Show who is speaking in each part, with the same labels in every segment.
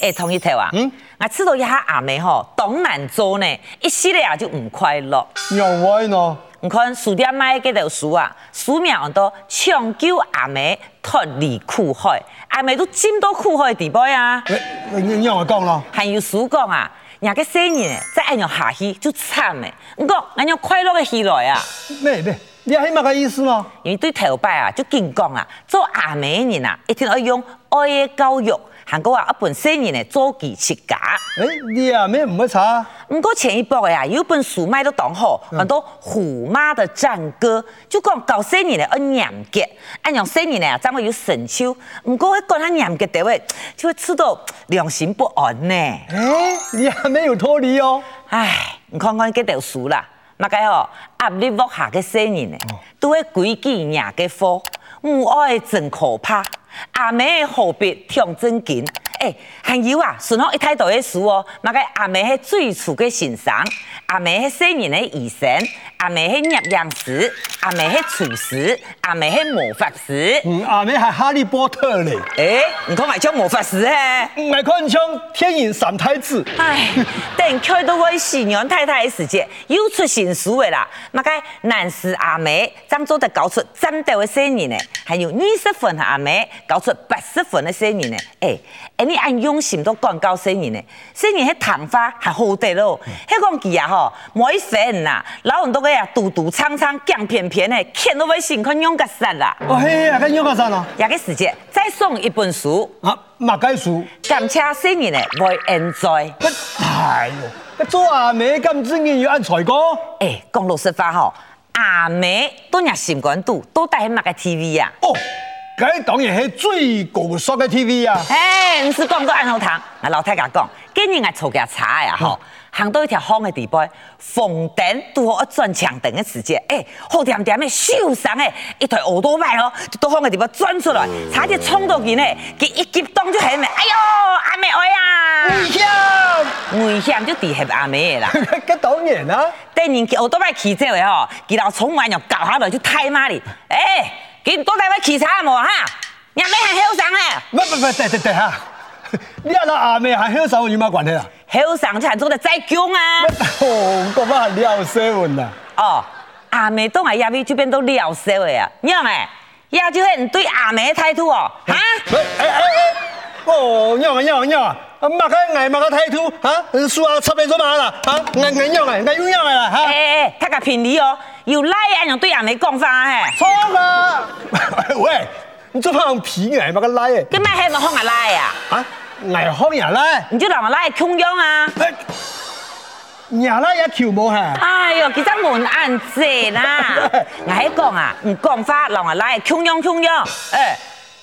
Speaker 1: 会同意头啊。嗯，我吃到一下阿妹吼，当然做呢，一系列啊就唔快乐。
Speaker 2: 有歪呢？
Speaker 1: 你看书店买嘅条书啊，书名很多抢救阿妹脱离苦海，阿妹都进到苦海地步啊。
Speaker 2: 哎你你你让我讲啦，
Speaker 1: 还有书讲啊，人家生人再按样下去就惨诶。你讲按样快乐嘅起来啊。
Speaker 2: 咩咩？你系乜个意思呢？
Speaker 1: 因为对头摆啊，就紧讲啊，做阿美人啊，一定要用爱的教育。韩国啊，一本新人的做技术家。
Speaker 2: 诶，你啊咩唔会查？
Speaker 1: 不过前一波的啊，有本书卖都当好，很多虎妈的战歌，就讲搞新人的要严格，按样新人的啊，怎会有神手？不过一讲他严格地位，就会吃到良心不安呢。
Speaker 2: 诶，你啊咩有脱离哦？
Speaker 1: 唉，你看看这条书啦，那个吼压力落下嘅生人呢，都会规矩硬嘅货，母爱真可怕，阿妹何必挑真紧？诶，还有啊，顺好一睇到嘅书哦，那个阿妹系最初嘅欣赏，阿妹系生人嘅医生，阿妹系摄影师，阿妹系厨师，阿妹系魔法师。
Speaker 2: 嗯，啊咩系哈利波特嚟？
Speaker 1: 诶，你看我叫魔法师诶。
Speaker 2: 唔系看像天影三太子。
Speaker 1: 唉，等看到我喜娘太太的时节，又出新书的啦。那个南师阿妹，漳州的搞出战斗的生意呢，还有二十分的阿妹搞出八十分的生意呢。哎、哎，你按用心都广告生意呢，生意迄昙花还好得咯。迄讲记啊吼，每份呐，老人都个呀嘟嘟苍苍、犟偏偏的，看到我心看用个啥啦。
Speaker 2: 哦嘿，啊个有个啥呢？
Speaker 1: 也个时节再送一本书，
Speaker 2: 啊，乜解书？
Speaker 1: 感谢生意呢，会 enjoy。
Speaker 2: 个哎哟，个做阿妹咁正经要按才哥。哦
Speaker 1: 哎，讲老实话吼，阿妹都入新管度，都带去买个 TV 啊。
Speaker 2: 哦，佢當然係最高速嘅 TV 啊！
Speaker 1: 哎，唔是讲到暗好堂，我老太家讲，今年我坐架车呀吼，行到一条巷的地步，phòng 顶拄好一转墙灯的时间，哎，好点点的受伤的，一台奥多麦哦，就到巷的地步转出来，差点冲到去呢，佮一激动就喊咩，哎哟，阿妹哎呀，
Speaker 2: 呀，
Speaker 1: 危险就地系阿妹的啦。
Speaker 2: 個當然啦，
Speaker 1: 等人我都买汽车的吼，佮老宠完又搞下来就太妈哩。哎、佮多带买汽车无哈？人咩系后生咧？
Speaker 2: 唔唔唔，等等等下， 你阿拉阿妹係享受有乜關係啊？
Speaker 1: 后生就係做得再囧啊！
Speaker 2: 哦，咁啊了死魂啦！
Speaker 1: 哦，阿妹都系亚美这边都了少的啊，娘诶，亚就系你对阿妹的态度哦，哈？
Speaker 2: 哎哎哎哎，哦，尿啊尿啊尿啊！啊，擘開眼擘開睇圖，嚇，輸啊插邊咗馬啦，嚇，眼眼尿啊，眼又尿啊啦，
Speaker 1: 哎
Speaker 2: 嚇，
Speaker 1: 哎哎，他个骗你哦，又赖安样对阿妹讲法啊嘿，
Speaker 2: 錯啦！ 喂，你做乜用皮眼擘個拉嘅？
Speaker 1: 咁咪系咪放阿赖啊？
Speaker 2: 啊，眼康人啦，
Speaker 1: 你就让我赖穷用啊！
Speaker 2: 哎，人啦也跳舞嚇。
Speaker 1: 哎哟，其实门按这啦，我喺讲啊，唔讲法，让我来穷用穷用，哎，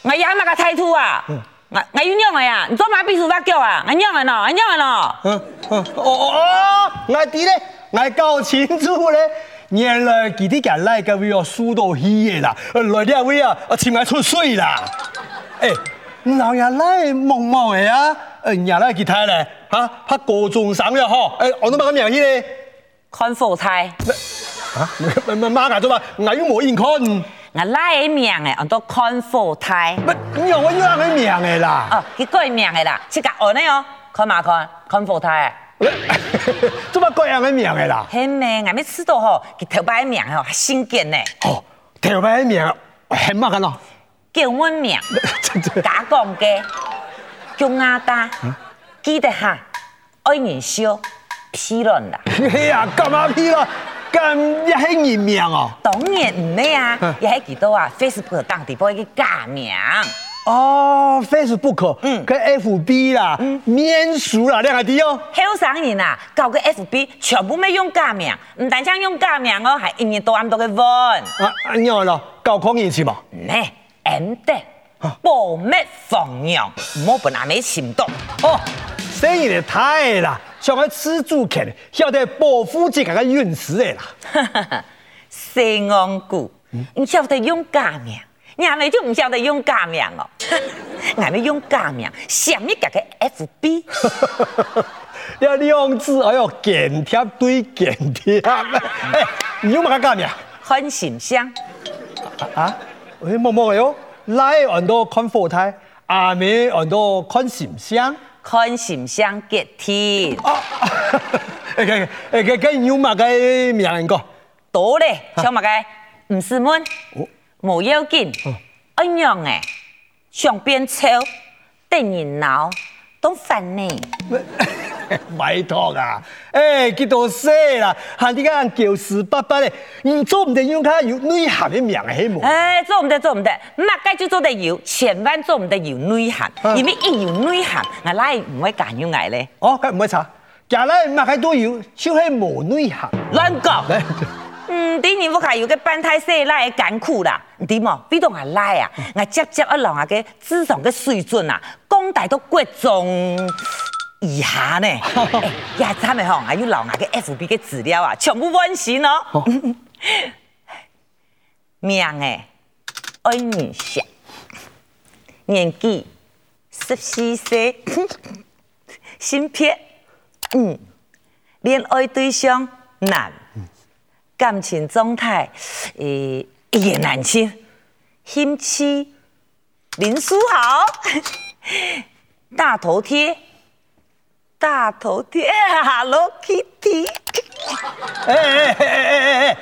Speaker 1: 我也那个态度啊，我我要娘的呀，你做嘛必须发叫啊，我娘的喏，我娘的喏。
Speaker 2: 嗯嗯哦哦哦，我知咧，我搞清楚咧。原來佢啲人來嘅位哦，輸到稀嘅啦，來啲位啊，啊前面出水啦。誒、老人來懵懵嘅啊，誒人來佢睇咧，嚇、拍高中生嘅嗬，誒我都冇咁樣啲咧。
Speaker 1: 看火菜，
Speaker 2: 嚇，咪咪媽㗎啫嘛，我要冇人看，
Speaker 1: 我拉的名的，我都看火菜。
Speaker 2: 乜你又我要人嘅名嘅啦。
Speaker 1: 哦，佢改名的啦，即個學呢哦，看嘛看，看火菜。
Speaker 2: 做乜改人嘅名嘅啦？
Speaker 1: 嘿咩，我咪知道吼，佢頭擺名吼，新建呢，
Speaker 2: 哦，條咩名係乜嘅咯？
Speaker 1: 叫阮名， 假講嘅，叫阿達，記得哈，愛人笑，批論啦。
Speaker 2: 哎呀，干嘛批了？干一黑人命哦！
Speaker 1: 當然唔咩啊
Speaker 2: 嗯，
Speaker 1: 也喺幾多啊，Facebook 當地播一個假名。
Speaker 2: 哦，Facebook，
Speaker 1: 嗯
Speaker 2: 嗯，跟 FB 啦，面熟啦，两个字哦。
Speaker 1: 後生人啊，搞個 FB 全部咪用假名，唔但止用假名哦，係一年到晚都去揾。
Speaker 2: 啊，啊你好咯，搞抗议是嘛？
Speaker 1: 呢 M 的保密防养，唔好本阿妹行动。哦，
Speaker 2: 生意的太啦，像个吃住客，晓得保护自己个隐私的啦。
Speaker 1: 西安姑，唔晓得用假名，阿妹就唔晓得用假名哦。 阿妹用假名，想你家个 FB，
Speaker 2: 要用字，哎呦，剪贴对剪 贴，哎，你用嘛个干咩？
Speaker 1: 很形象。
Speaker 2: 啊，啊哎，默默的哦，来很多看佛台，阿妹很多看形象。
Speaker 1: 看形象决定。
Speaker 2: 哎哎哎，佢佢要嘛嘅名人歌，
Speaker 1: 多嘞，像物嘅唔是闷
Speaker 2: 哦，
Speaker 1: 冇要紧，一样诶，上边抽，等人闹，都烦你。
Speaker 2: 拜托哎啊！哎，佢都死啦，喊啲人叫死八八咧，唔做唔得用卡有内涵嘅名係冇。
Speaker 1: 哎，做唔得，做唔得，乜嘅就做得有，千万做唔得有内涵，因为一有内涵，我拉唔会干要挨咧，
Speaker 2: 哦，佢唔會查，假嚟乜嘅都要，就係冇內涵。
Speaker 1: 乱讲。嗯，啲人我看有個班太細拉嘅艱苦啦，唔知冇，比到我拉啊，我接接一浪啊嘅智商嘅水準啊，講大都各種以下呢，哎呀，他们吼，還有老外嘅 FB 嘅資料啊，全部温馨哦。命诶，愛女俠，年紀十四 歲，性別，嗯，戀愛對象男。感情状态，诶、一言难尽。心妻林书豪， 大头贴，大头贴，Hello Kitty。
Speaker 2: 哎哎哎哎哎哎！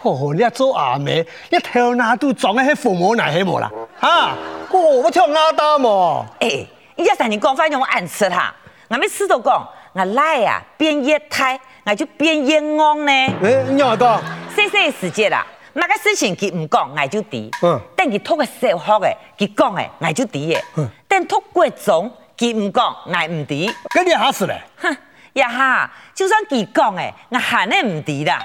Speaker 2: 哦，你啊做阿妹，一跳那都撞喺父母奶係冇啦，嚇！哦，我跳那打冇。
Speaker 1: 哎，一三年讲，反正我暗吃哈。我每次都讲，我赖啊变业态，我就变业昂呢。
Speaker 2: 哎，你又講，
Speaker 1: 细细的时节啦，那个事情佢唔讲，我就知
Speaker 2: 嗯。
Speaker 1: 等佢托个小学嘅，佢讲嘅，我就知嘅
Speaker 2: 嗯。
Speaker 1: 等托国中，佢唔讲，我唔知。
Speaker 2: 跟你嚇死咧。
Speaker 1: 哼，呀哈，就算佢讲诶，我喊诶唔知啦。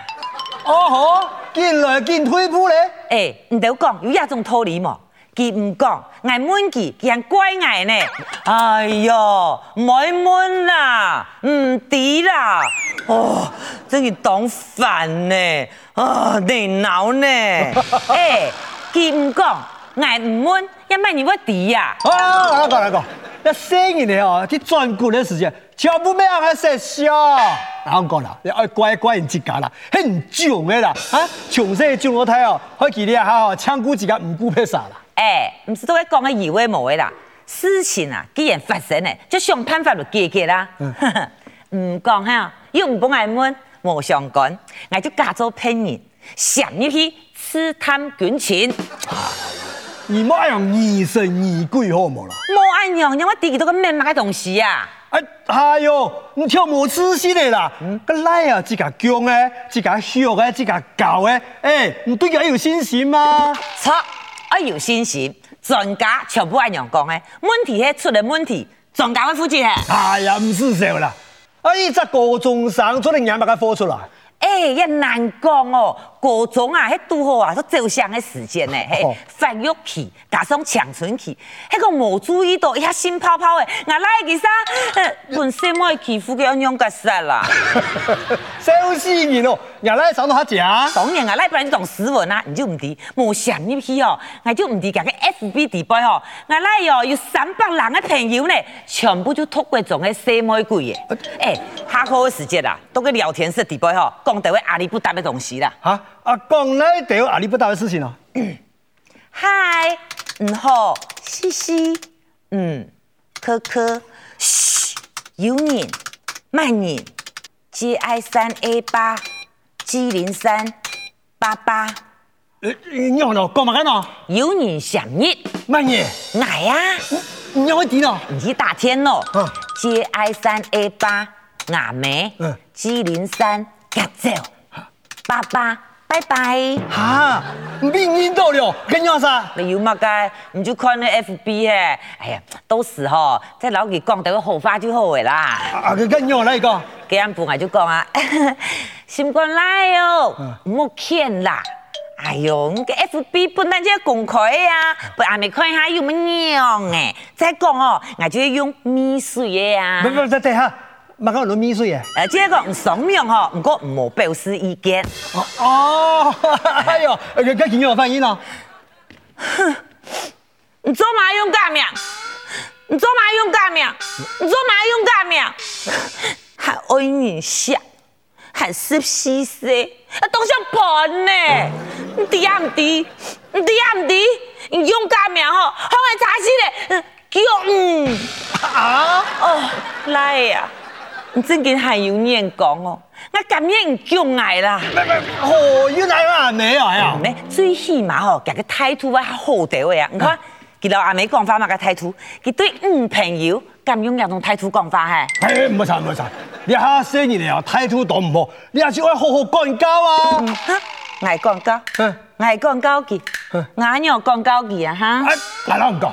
Speaker 2: 哦吼，見來見退步咧。
Speaker 1: 诶，唔得讲，有一种道理嘛。佢唔讲，我问佢，佢人怪我呢。哎哟，咪问啦，唔知啦。哦，真係当烦呢，啊，你恼呢。诶，佢唔讲，我唔问，一乜你不知啊？
Speaker 2: 啊，我講嚟講，一生人咧哦，啲轉股嘅時間，全部咩人嘅食笑。啊，我講啦，你愛乖乖人自家啦，很囧嘅啦，啊，從細囧我睇哦，開始你啊，哈，搶股自家唔顧咩啥啦。
Speaker 1: 哎，唔是都喺講嘅以為冇嘅啦。事情啊，既然發生咧，就想辦法就解決啦。 唔講哈，又唔幫我問，冇相干，我就假做騙人，想入去刺探軍情。
Speaker 2: 你莫用疑神疑鬼好冇啦。
Speaker 1: 冇按樣，因為自己都咁咩乜嘅東西啊。
Speaker 2: 哎，哎呦，你跳冇自信的啦，个赖啊，自家强诶，自家弱诶，自家搞诶，哎，你对佢有信心吗？
Speaker 1: 錯，我有信心，專家全部按樣講嘅，問題係出了問題，專家會負責嘅。
Speaker 2: 哎呀，唔是少啦，啊，一只高中生做你眼白个火出来，
Speaker 1: 哎，也难讲哦，各种啊，迄拄好啊，都走向的时间呢，嘿
Speaker 2: 哦，
Speaker 1: 发育期加上青春期，迄个无注意到，一下心泡泡的，我来个啥，呃本身我的皮肤叫样个色啦，
Speaker 2: 笑死人哦，眼赖上到他假，
Speaker 1: 当然啊，来不然你当斯文啊，你就唔知，无想入去哦，我就唔知讲个 FB 地杯吼，我来哦有三百人的朋友呢，全部就透过种个色玫瑰的，哎，下课的时间啦，都个聊天室地杯吼，讲到位阿里不达的东西啦。
Speaker 2: 啊啊，讲来条阿里不达的事情哦，
Speaker 1: 嗨，唔嗯好，嘻嘻，嗯，科科，嘘，有人，慢人，G I 三 A 八，G 零三八八，
Speaker 2: 呃你好咯，讲嘛干咯，
Speaker 1: 有人想你，
Speaker 2: 慢嘢，
Speaker 1: 来呀、啊，
Speaker 2: 你要点哦咯，
Speaker 1: 你去打天咯
Speaker 2: 嗯
Speaker 1: ，G I 三 A 八，阿梅
Speaker 2: 嗯
Speaker 1: ，G 零三夹走，八八，拜拜。
Speaker 2: 哈，你引到了，跟样啥？
Speaker 1: 你要乜嘅？唔就看你 FB 嘅。哎呀，到時吼，即係老佢講到個好花就好嘅啦。
Speaker 2: 啊，佢跟样来讲，
Speaker 1: 幾人半我就講啊， 心肝來哦，唔好欠啦。哎呦，你個 FB 本來就係公開啊，不還沒看下有乜樣誒？再講哦，我就要用米水嘅啊呃
Speaker 2: 不。不，等等下，马上攞秘水耶。
Speaker 1: 誒，即係講唔爽哦面吼，唔過唔好表示意見。
Speaker 2: 哦，哎呦，佢佢見咗我翻譯咯，
Speaker 1: 你做嘛用假名？你做嘛用假名？你做嘛用假名？ 还爱人下，还是西西，啊，都想跑呢？你滴啊唔滴？你滴啊唔滴？你用假名吼，好爱查死嘞！叫嗯。
Speaker 2: 啊！
Speaker 1: 哦，来呀、你真跟还有人讲哦，我感觉你叫爱啦。
Speaker 2: 哦，原来阿妹啊呀！
Speaker 1: 咩最起码吼，佢個態度啊好啲位啊，你看，佢老阿妹講法嘛個態度，佢對女朋友咁用嗰種態度講法嘿。
Speaker 2: 哎，唔錯唔錯，你下生意嚟啊，態度都唔好，你下次要好好幹交啊！
Speaker 1: 哈，挨講交
Speaker 2: 嗯，
Speaker 1: 挨講交佢
Speaker 2: 嗯，
Speaker 1: 俺娘講交佢啊哈。
Speaker 2: 哎，嗱啦唔講，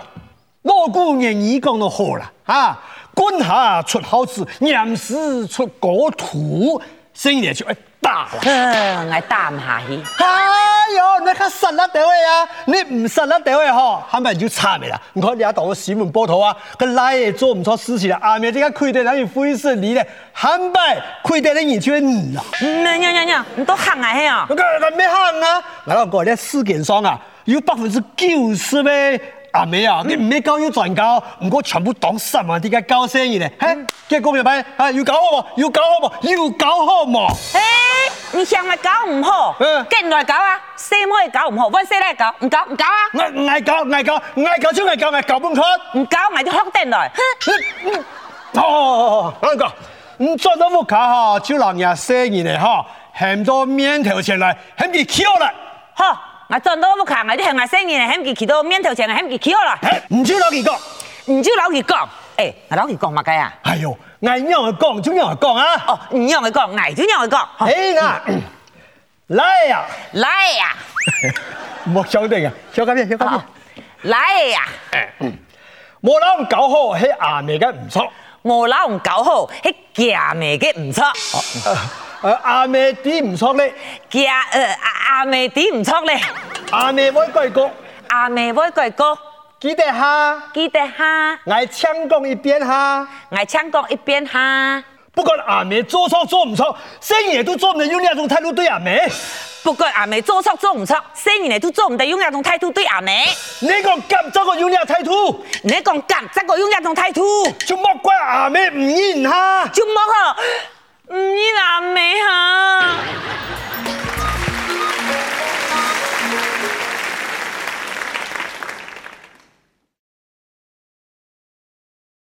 Speaker 2: 老古言語講得好啦，啊，棍下出好字，嚴師出國土，生意嚟就哎打啦。
Speaker 1: 嗯，挨打唔下去。
Speaker 2: 哎呦，你看神啦地位啊，你唔神啦地位嗬，肯定就慘嘅啦。你看你阿當個新聞報道啊，佢拉嘢做唔錯事情啦，阿面即刻開定等於灰色你咧，肯定開定你完全唔啦。
Speaker 1: 嗯，娘娘娘娘，你都行啊嘿哦。
Speaker 2: 咁佢咩行啊？我老講咧，事件上啊，有百分之九十嘅阿妹啊，你唔咩交要轉交，唔過全部當新聞點解交生意咧？嘿，結果咪咪啊，要搞好冇？要搞好冇？要搞好冇？
Speaker 1: 哎，你向我搞唔好
Speaker 2: 嗯，
Speaker 1: 跟來搞啊，西妹搞唔好，揾西來搞，唔搞唔搞啊，
Speaker 2: 嗌嗌搞嗌搞嗌搞出嗌搞嗌搞半圈。
Speaker 1: 唔搞我就哭定來。哼
Speaker 2: 哦，那个，你赚到副卡哈，就让人家生意嘞哈，很多面头前来，很给巧了，
Speaker 1: 好，我轉到我看，我啲係我生意，係唔記到面頭前，係唔記起啦。
Speaker 2: 嘿，唔知哪几个。
Speaker 1: 唔知老佢講，誒，我老佢講乜嘅啊？
Speaker 2: 哎呦，俺让人讲就让人讲啊。
Speaker 1: 哦，唔讓佢講，捱住讓佢講。好
Speaker 2: 哎呀，来呀，
Speaker 1: 來呀，
Speaker 2: 莫想定啊，小改变，小改变
Speaker 1: 好。來呀，
Speaker 2: 莫让人搞好，嘿，阿妹嘅唔错。
Speaker 1: 我老唔搞好，係假咩嘅唔錯，
Speaker 2: 呃，阿妹啲唔错咧，
Speaker 1: 假誒阿阿妹啲唔錯咧，
Speaker 2: 阿妹我改讲，
Speaker 1: 阿妹會改歌，
Speaker 2: 记得哈，
Speaker 1: 記得哈，
Speaker 2: 俺抢讲一遍哈。
Speaker 1: 捱唱歌一邊哈。
Speaker 2: 不管阿妹做错做唔错，生意都做唔能用呢种态度对阿妹。
Speaker 1: 不過阿妹做錯做唔錯，生意嚟都做唔得，用一種態度對阿妹。
Speaker 2: 你個咁多個有呢個態度，
Speaker 1: 你講咁，則個用一種態度。
Speaker 2: 就莫怪阿妹唔應哈。
Speaker 1: à, 就冇好，唔要阿妹哈、